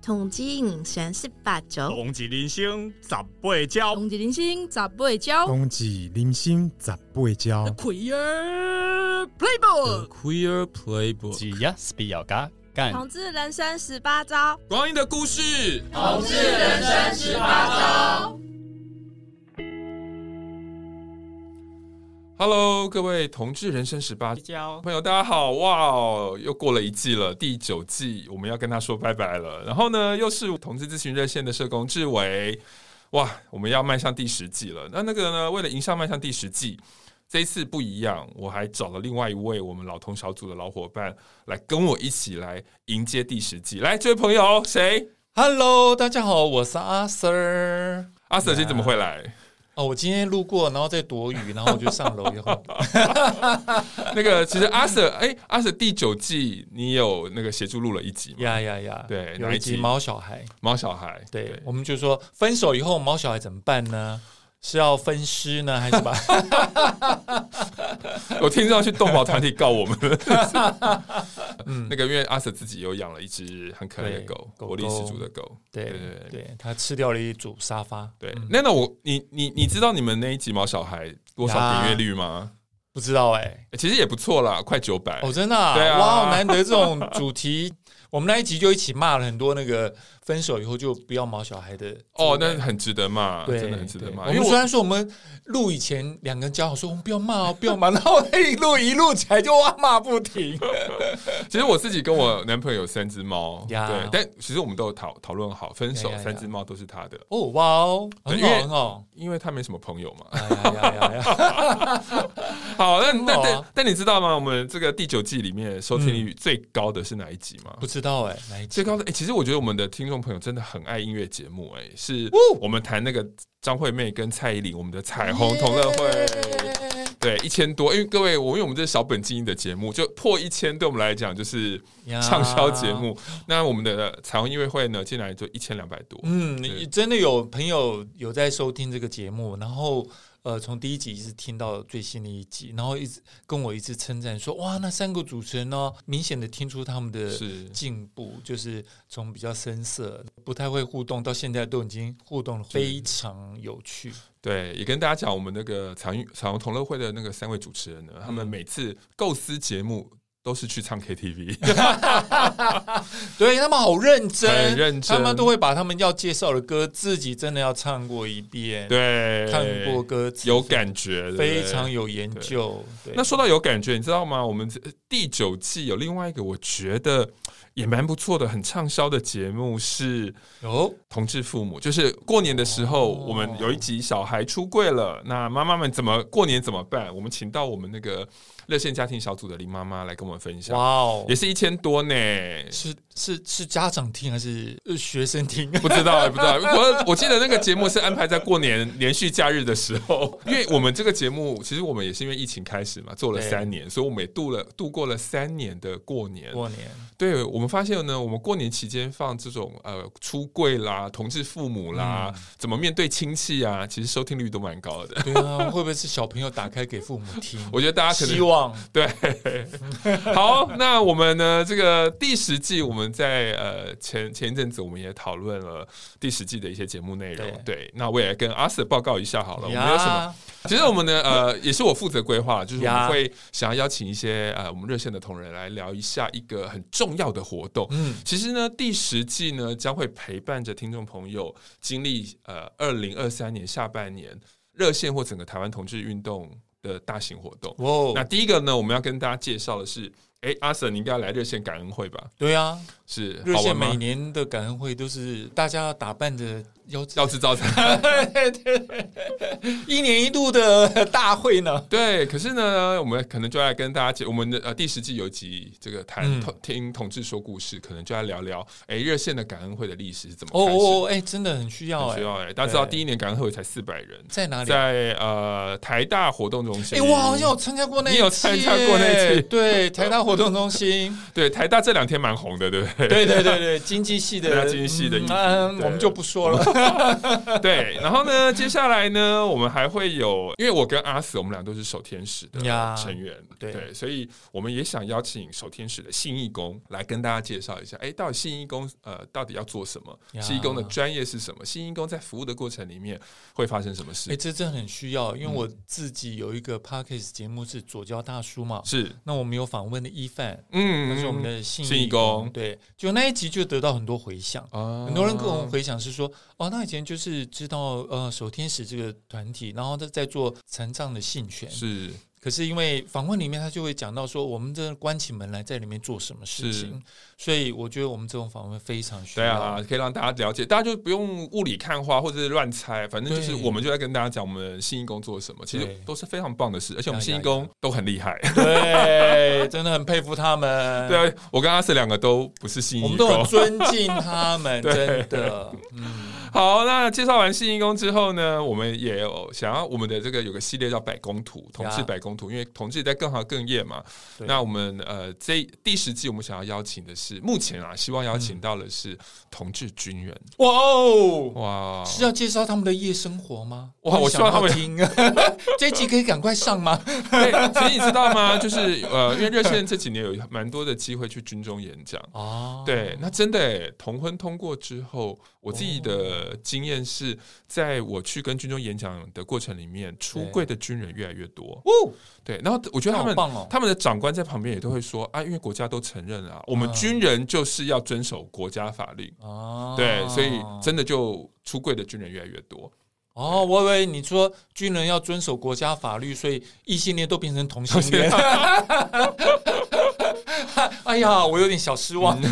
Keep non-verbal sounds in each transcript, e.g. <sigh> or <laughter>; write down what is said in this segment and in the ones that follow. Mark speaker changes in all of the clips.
Speaker 1: 统计人生十八
Speaker 2: 啊
Speaker 1: 招，
Speaker 3: 同志人生十八招，
Speaker 4: 同一人生十八招，
Speaker 2: 冬季人生十八招，
Speaker 4: Queer Playbook，
Speaker 5: Queer Playbook，
Speaker 6: 只要是比较嘎干，
Speaker 1: 统治人生十八招。
Speaker 5: 光阴的故事。Hello，各位同志人生十八
Speaker 6: 交
Speaker 5: 朋友，大家好！哇哦，又过了一季了，第九季我们要跟他说拜拜了。然后呢，又是同志咨询热线的社工志伟，哇，我们要迈向第十季了。那那个呢，为了迎向迈向第十季，这一次不一样，我还找了另外一位我们老同小组的老伙伴来跟我一起来迎接第十季。来，这位朋友谁？
Speaker 6: Hello，大家好，我是阿 Sir。
Speaker 5: 阿 Sir，你怎么会来？
Speaker 6: 哦，我今天路过，然后在躲雨，然后我就上楼以
Speaker 5: <laughs>
Speaker 6: 后，
Speaker 5: 那个，其实阿 Sir，哎、阿 Sir 第九季你有那个协助录了一集嘛？
Speaker 6: 呀呀呀，
Speaker 5: 对
Speaker 6: 有
Speaker 5: 哪一
Speaker 6: 一集
Speaker 5: 集
Speaker 6: 毛小孩，
Speaker 5: 猫小孩，
Speaker 6: 对，我们就说分手以后毛小孩怎么办呢？是要分尸呢，还是
Speaker 5: <laughs>
Speaker 6: 吧？
Speaker 5: 我听上去动保团体告
Speaker 6: <laughs>
Speaker 5: 我们了。嗯，那个因为阿 Sir 自己有养了一只很可爱的
Speaker 6: 对
Speaker 5: 狗，
Speaker 6: 狗
Speaker 5: 活力十足的狗。
Speaker 6: 对
Speaker 5: 对对
Speaker 6: 对，他吃掉了一组沙发，嗯
Speaker 5: 对，那那我你你你知道你们那一集毛小孩多少
Speaker 6: 呀
Speaker 5: 点阅率吗？
Speaker 6: 不知道哎、
Speaker 5: 欸其实也不错啦，快九百。
Speaker 6: 哦，真的、啊，
Speaker 5: 对啊
Speaker 6: 哇，难得这种主题，我们那一集就一起骂了很多那个分手以后就不要毛小孩的主
Speaker 5: 哦，那
Speaker 6: 人
Speaker 5: 很值得嘛，
Speaker 6: 对，
Speaker 5: 啊真的很值得
Speaker 6: 对
Speaker 5: 嘛。
Speaker 6: 我
Speaker 5: 因为
Speaker 6: 们
Speaker 5: 我
Speaker 6: 虽然说我们录以前两个人交好说我们不要骂哦，不要骂，然后
Speaker 5: <laughs>
Speaker 6: 一路一路起来就哇骂不停。
Speaker 5: 其实我自己跟我男朋友有三只猫，
Speaker 6: 呀
Speaker 5: 对，但其实我们都有讨讨论好，分手
Speaker 6: 呀呀呀
Speaker 5: 三只猫都是他的，
Speaker 6: 哦哇哦，
Speaker 5: 对
Speaker 6: 很
Speaker 5: 因
Speaker 6: 好
Speaker 5: 为
Speaker 6: 很好。
Speaker 5: 因为他没什么朋友嘛。
Speaker 6: 哎呀呀呀呀！ <laughs>
Speaker 5: 好，那那
Speaker 6: 很好啊
Speaker 5: 但但你知道吗？我们这个第九季里面收听率最高的是哪一集吗？
Speaker 6: 不知道哎，哪一集
Speaker 5: 最高的哎、其实我觉得我们的听众朋友真的很爱音乐节目、哎，是
Speaker 6: 哦
Speaker 5: 我们谈那个张惠妹跟蔡依林，我们的彩虹同乐会。对，一千多，因为各位，我因为我们这是小本经营的节目，就破一千，对我们来讲就是
Speaker 6: 呀
Speaker 5: 畅销节目。那我们的彩虹音乐会呢，进来就一千两百多，对
Speaker 6: 嗯，真的有朋友有在收听这个节目，然后呃，从第一集一直听到最新的一集，然后一直跟我一直称赞说，哇，那三个主持人呢、明显的听出他们的
Speaker 5: 是
Speaker 6: 进步，就是从比较深色、不太会互动，到现在都已经互动得非常有趣。
Speaker 5: 对，也跟大家讲，我们那个彩虹彩虹同乐会的那个三位主持人呢，他们每次构思节目都是去唱 <laughs> KTV，
Speaker 6: 对他们好认真，
Speaker 5: 很认真
Speaker 6: 他们都会把他们要介绍的歌自己真的要唱过一遍，，
Speaker 5: 对，
Speaker 6: 看过歌词，
Speaker 5: 有感觉，对不对
Speaker 6: 非常有研究。对，
Speaker 5: 那说到有感觉，你知道吗？我们这第九季有另外一个我觉得也蛮不错的、很畅销的节目是《
Speaker 6: 有
Speaker 5: 同志父母》，就是过年的时候，我们有一集小孩出柜了，那妈妈们怎么过年怎么办？我们请到我们那个热线家庭小组的林妈妈来跟我们分
Speaker 6: 哇
Speaker 5: 享，
Speaker 6: 哦
Speaker 5: 也，是一千多呢。
Speaker 6: 是是是家长听还是呃学生听？
Speaker 5: 不知道，不知道。我我记得那个节目是安排在过年连续假日的时候， <laughs> 因为我们这个节目其实我们也是因为疫情开始嘛，做了
Speaker 6: 对
Speaker 5: 三年，所以我们也度了度过了三年的过年。
Speaker 6: <laughs> 过年
Speaker 5: 对我们发现呢，我们过年期间放这种呃出柜啦、同志父母啦、
Speaker 6: 嗯
Speaker 5: 怎么面对亲戚啊，其实收听率都蛮高的。
Speaker 6: 对啊，会不会是小朋友打开给父母听？
Speaker 5: 我觉得大家可能
Speaker 6: 希望
Speaker 5: <laughs> 对，好，那我们呢？这个第十季，我们在呃前前一阵子我们也讨论了第十季的一些节目内容。对，那我也来跟阿 Sir 报告一下好了，我们有什么？
Speaker 6: 呀
Speaker 5: 其实我们呢，呃，也是我负责规划，就是我们
Speaker 6: 呀
Speaker 5: 会想要邀请一些呃我们热线的同仁来聊一下一个很重要的活动。
Speaker 6: 嗯
Speaker 5: 其实呢，第十季呢将会陪伴着听众朋友经历呃二零二三年下半年热线或整个台湾同志运动的大型活动。
Speaker 6: 哇哦，
Speaker 5: 那第一个呢，我们要跟大家介绍的是，哎、阿 Sir，你应该来热线感恩会吧？
Speaker 6: 对啊，
Speaker 5: 是
Speaker 6: 热
Speaker 5: 好
Speaker 6: 线
Speaker 5: 玩吗
Speaker 6: 每年的感恩会都是大家打扮的要
Speaker 5: 要吃早餐，
Speaker 6: <laughs>
Speaker 5: <laughs>
Speaker 6: 一年一度的大会呢。
Speaker 5: 对。可是呢，我们可能就要来跟大家解，我们的呃第十季有一集这个谈、
Speaker 6: 嗯
Speaker 5: 同听同志说故事，可能就来聊聊，哎、热线的感恩会的历史是怎
Speaker 6: 哦
Speaker 5: 么开始的。
Speaker 6: 哦，哦哎，真的很需要
Speaker 5: 很
Speaker 6: 哎
Speaker 5: 需，要哎、大家知道
Speaker 6: 对
Speaker 5: 第一年感恩会才四百人，
Speaker 6: 在哪里啊？
Speaker 5: 在呃台大活动中心。
Speaker 6: 哎，我好像有参加过那一
Speaker 5: 你
Speaker 6: 期，
Speaker 5: 有参加过那一期
Speaker 6: 对，台大活动中心，
Speaker 5: 对台 <laughs> 大这两天蛮红的，对不对？
Speaker 6: 对对对对，经济系
Speaker 5: 对啊
Speaker 6: 的
Speaker 5: 经济系的
Speaker 6: 嗯
Speaker 5: 议题
Speaker 6: 嗯
Speaker 5: 对
Speaker 6: 我们就不说了。
Speaker 5: <laughs> 对，然后呢，接下来呢，我们还会有，因为我跟阿死，我们俩都是守天使的
Speaker 6: 呀
Speaker 5: 成员，
Speaker 6: 对
Speaker 5: 所以我们也想邀请守天使的信义工来跟大家介绍一下，哎，到底信义工呃到底要做什么？
Speaker 6: 呀
Speaker 5: 信义工的专业是什么？信义工在服务的过程里面会发生什么事？
Speaker 6: 哎，这真的很需要，
Speaker 5: 嗯
Speaker 6: 因为我自己有一个 podcast 节目是左交大叔嘛，
Speaker 5: 是，
Speaker 6: 那我们有访问的一范，
Speaker 5: 嗯
Speaker 6: 他是我们的信
Speaker 5: 信义
Speaker 6: 工，
Speaker 5: 工
Speaker 6: 对，就那一集就得到很多回响。
Speaker 5: 啊
Speaker 6: 很多人跟我们回想是说，哦，那以前就是知道呃守天使这个团体，然后他在做残障的性权，
Speaker 5: 是
Speaker 6: 可是因为访问里面他就会讲到说，我们这关起门来在里面做什么事情，所以我觉得我们这种访问非常需
Speaker 5: 对
Speaker 6: 要。
Speaker 5: 啊，可以让大家了解，大家就不用雾里看花或者是乱猜，反正就是
Speaker 6: 对
Speaker 5: 我们就在跟大家讲我们新义工做什么，其实
Speaker 6: 对
Speaker 5: 都是非常棒的事，而且我们
Speaker 6: 呀
Speaker 5: 新义
Speaker 6: 呀
Speaker 5: 工
Speaker 6: 呀
Speaker 5: 都很厉害。
Speaker 6: 对，真的很佩服他们。
Speaker 5: <laughs> 对啊，我跟阿四两个都不是新
Speaker 6: 我
Speaker 5: 义
Speaker 6: 们都很
Speaker 5: 工。
Speaker 6: 尊敬他们，
Speaker 5: <laughs> 对
Speaker 6: 真的。嗯，
Speaker 5: 好，那介绍完新义工之后呢，我们也有想要我们的这个有个系列叫百工图，同志
Speaker 6: 呀
Speaker 5: 百工图，因为同志在更行更业嘛。
Speaker 6: 对
Speaker 5: 那我们呃这第十季我们想要邀请的是，目前啊希望邀请到的是同志军人。
Speaker 6: 哇哦，
Speaker 5: 哇，
Speaker 6: 嗯是要介绍他们的夜生活吗？
Speaker 5: 哇我希望他们
Speaker 6: 想要
Speaker 5: <laughs>
Speaker 6: 听 <laughs> 这一集可以赶快上吗？
Speaker 5: 对，其实哎你知道吗？就是呃，因为热线这几年有蛮多的机会去军中演讲。
Speaker 6: 哦，
Speaker 5: 对，那真的诶，同婚通过之后，我自己
Speaker 6: 哦
Speaker 5: 的经验是，在我去跟军中演讲的过程里面，出柜的军人越来越多。
Speaker 6: 哦，
Speaker 5: 对，然后我觉得他
Speaker 6: 好
Speaker 5: 们、
Speaker 6: 棒哦，
Speaker 5: 他们的长官在旁边也都会说啊，因为国家都承认了啊、我们
Speaker 6: 嗯
Speaker 5: 军人就是要遵守国家法律。
Speaker 6: 哦，
Speaker 5: 对，所以真的就出柜的军人越来越多。
Speaker 6: 哦，我以为你说军人要遵守国家法律，所以异性恋都变成同性恋。 <laughs> 哎呀，我有点小失望。
Speaker 5: 嗯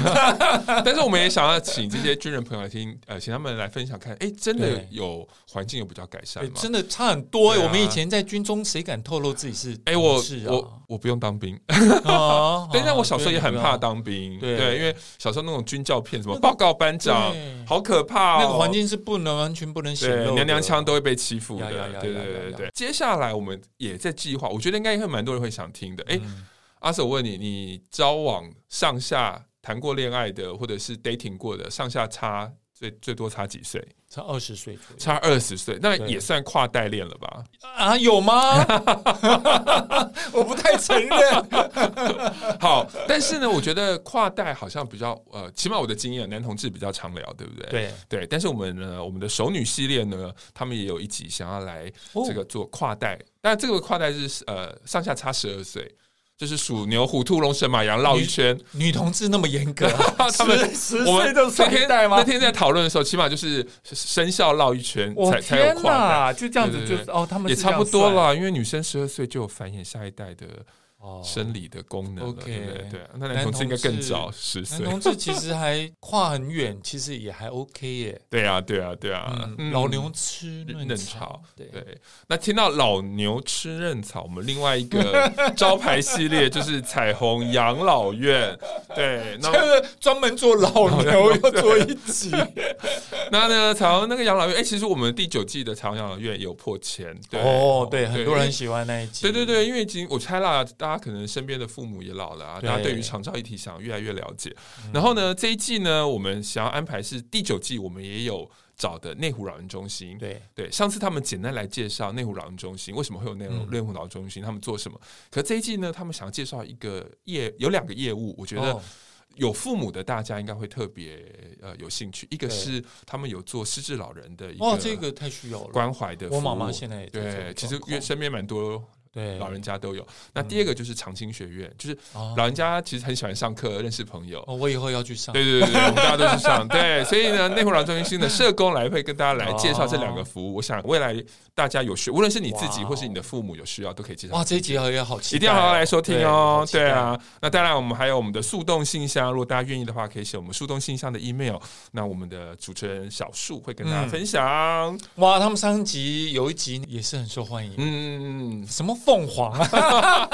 Speaker 5: 但是我们也想要请这些军人朋友来听，呃，请他们来分享看，哎、真的
Speaker 6: 对
Speaker 5: 有环境有比较改善
Speaker 6: 哎
Speaker 5: 吗？
Speaker 6: 真的差很多哎、
Speaker 5: 嗯对啊
Speaker 6: 我们以前在军中，谁敢透露自己是
Speaker 5: 哎、我
Speaker 6: 是
Speaker 5: 我我不用当兵，
Speaker 6: <laughs> 啊，
Speaker 5: <laughs> 但是我哦小时候也很怕当兵，
Speaker 6: 对
Speaker 5: 对，因为小时候那种军教片，什么报告班长，
Speaker 6: 对
Speaker 5: 好可怕、哦，
Speaker 6: 啊那个环。境是不能完全不能显露的，
Speaker 5: 对，娘娘腔都会被欺负
Speaker 6: 呀呀
Speaker 5: 的，
Speaker 6: 呀
Speaker 5: 对
Speaker 6: 呀
Speaker 5: 对
Speaker 6: 呀
Speaker 5: 对
Speaker 6: 呀
Speaker 5: 对。接下来我们也在计划，我觉得应该会蛮多人会想听的。哎，
Speaker 6: 嗯
Speaker 5: 阿 Sir，我问你，你交往上下谈过恋爱的，或者是 dating 过的，上下差最最多差几岁？
Speaker 6: 才二十岁
Speaker 5: <laughs>
Speaker 6: 左右
Speaker 5: 差二十岁，那
Speaker 6: 对
Speaker 5: 也算跨代恋了吧？
Speaker 6: 啊？有吗？ <laughs> 我不太承
Speaker 5: <laughs>
Speaker 6: 认。
Speaker 5: 好，但是呢，我觉得跨代好像比较呃，起码我的经验，男同志比较常聊，对不对？
Speaker 6: 对，
Speaker 5: 对，但是我们呢，我们的熟女系列呢，他们也有一集想要来
Speaker 6: 哦
Speaker 5: 这个做跨代，但这个跨代是呃上下差十二岁，就是属牛、虎、兔、龙、蛇、马、羊绕一圈。
Speaker 6: 女同志那么严格，啊
Speaker 5: <laughs> 他们
Speaker 6: 十
Speaker 5: 我
Speaker 6: 岁
Speaker 5: 们
Speaker 6: 都
Speaker 5: 那
Speaker 6: 算
Speaker 5: 天
Speaker 6: 代吗
Speaker 5: 那？天在讨论的时候，起码就是生肖绕一圈
Speaker 6: 我
Speaker 5: 才才有
Speaker 6: 天
Speaker 5: 跨代。
Speaker 6: 哪，就这样子
Speaker 5: 对
Speaker 6: 就
Speaker 5: 对
Speaker 6: 是
Speaker 5: 对
Speaker 6: 哦，他们
Speaker 5: 也
Speaker 6: 是这
Speaker 5: 差
Speaker 6: 样
Speaker 5: 不多
Speaker 6: 算
Speaker 5: 了，因为女生十二岁就有繁衍下一代的
Speaker 6: 哦
Speaker 5: 生理的功能了，
Speaker 6: OK
Speaker 5: 对不对？对啊，那
Speaker 6: 男
Speaker 5: 男同志应该
Speaker 6: 同
Speaker 5: 更
Speaker 6: 志
Speaker 5: 早十
Speaker 6: 男
Speaker 5: 岁。
Speaker 6: 同志其实还跨很远，其实也还 OK 耶。
Speaker 5: 对啊，对啊，对啊
Speaker 6: 嗯，
Speaker 5: 嗯
Speaker 6: 老牛吃嫩
Speaker 5: 嫩
Speaker 6: 草
Speaker 5: 草，
Speaker 6: 对
Speaker 5: 对，那听到老牛吃嫩草，我们另外一
Speaker 6: <laughs>
Speaker 5: 个招牌系列就是彩虹养老院。
Speaker 6: <laughs>
Speaker 5: 对，那
Speaker 6: 这个专门做老牛要做一集，
Speaker 5: 那呢，彩虹那个养老院，哎，其实我们第九季的彩虹养老院也有破千。对
Speaker 6: 哦，对，很多。
Speaker 5: 因
Speaker 6: 人
Speaker 5: 为
Speaker 6: 喜欢那一集，
Speaker 5: 对对对，因为已经我猜啦，大家可能身边的父母也老了啊，
Speaker 6: 对嗯
Speaker 5: 大家对于长照议题想越来越了解。然后呢，这一季呢，我们想要安排是第九季，我们也有找的内湖老人中心。
Speaker 6: 对，
Speaker 5: 对，上次他们简单来介绍内湖老人中心为什么会有内湖
Speaker 6: 嗯
Speaker 5: 内湖老人中心，他们做什么。可这一季呢，他们想要介绍一个业有两个业务，我觉得
Speaker 6: 哦
Speaker 5: 有父母的大家应该会特别呃有兴趣。一个
Speaker 6: 对
Speaker 5: 是他们有做失智老人的一
Speaker 6: 哇，这个
Speaker 5: 个
Speaker 6: 太需要了。
Speaker 5: 关怀的服务，
Speaker 6: 我妈妈现在也在
Speaker 5: 对，其实因为身边蛮多
Speaker 6: 对嗯
Speaker 5: 老人家都有。那第二个就是长青学院，就是
Speaker 6: 啊
Speaker 5: 老人家其实很喜欢上课，认识朋友。
Speaker 6: 哦，我以后要去 <laughs> 上。
Speaker 5: 对对对对，我们大家都是上对，所以呢，内湖老人中心的社工来会跟大家来介绍这两个服务。我想未来大家有需，无论是你自己
Speaker 6: 哇哦
Speaker 5: 或是你的父母有需要，都可以介绍。
Speaker 6: 哇，这一集也好期待哦，
Speaker 5: 一定要好好来收听哦，
Speaker 6: 对
Speaker 5: 对，啊。那当然，我们还有我们的树洞信箱，如果大家愿意的话，可以写我们树洞信箱的 email。那我们的主持人小树会
Speaker 6: 嗯
Speaker 5: 跟大家分享。
Speaker 6: 好期待哇，他们上集有一集也是很受欢迎，
Speaker 5: 嗯，
Speaker 6: 什么凤
Speaker 5: <laughs>
Speaker 6: 凰啊！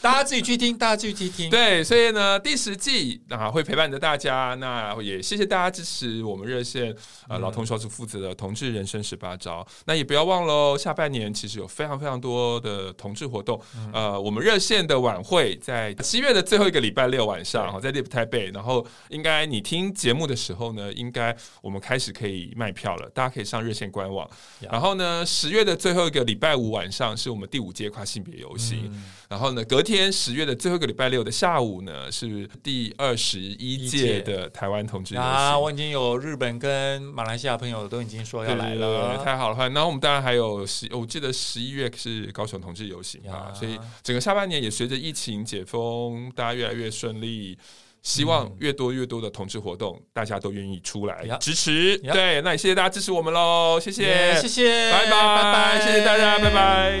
Speaker 6: 大家自己去听，大家自己去听。啊
Speaker 5: 对，所以呢，第十季啊会陪伴着大家，那也谢谢大家支持我们热线呃老同小组负责的同志人生十八招。那也不要忘喽，下半年其实有非常非常多的同志活动，呃，我们热线的晚会在七月的最后一个礼拜六晚上，哦在 Live 台北，然后应该你听节目的时候呢，应该我们开始可以卖票了，大家可以上热线官网。
Speaker 6: Yeah
Speaker 5: 然后呢，十月的最后一个礼拜五晚上是我们第五届跨性别游戏。
Speaker 6: 嗯
Speaker 5: 然后呢，隔天十月的最后一个礼拜六的下午呢，是第二十一届的台湾同志游戏。
Speaker 6: 啊，我已经有日本跟马来西亚朋友都已经说要
Speaker 5: 对
Speaker 6: 来
Speaker 5: 对对对
Speaker 6: 了。
Speaker 5: 太好了！然后我们当然还有十，我记得十一月是高雄同志游行嘛
Speaker 6: 呀，
Speaker 5: 所以整个下半年也随着疫情解封，大家越来越顺利，希望越多越多的同志活动，大家都愿意出来
Speaker 6: 呀
Speaker 5: 支持。
Speaker 6: 呀
Speaker 5: 对，那也谢谢大家支持我们喽，谢谢，
Speaker 6: Yeah，谢谢，
Speaker 5: 拜拜，
Speaker 6: 拜拜，
Speaker 5: 谢谢大家，拜。拜。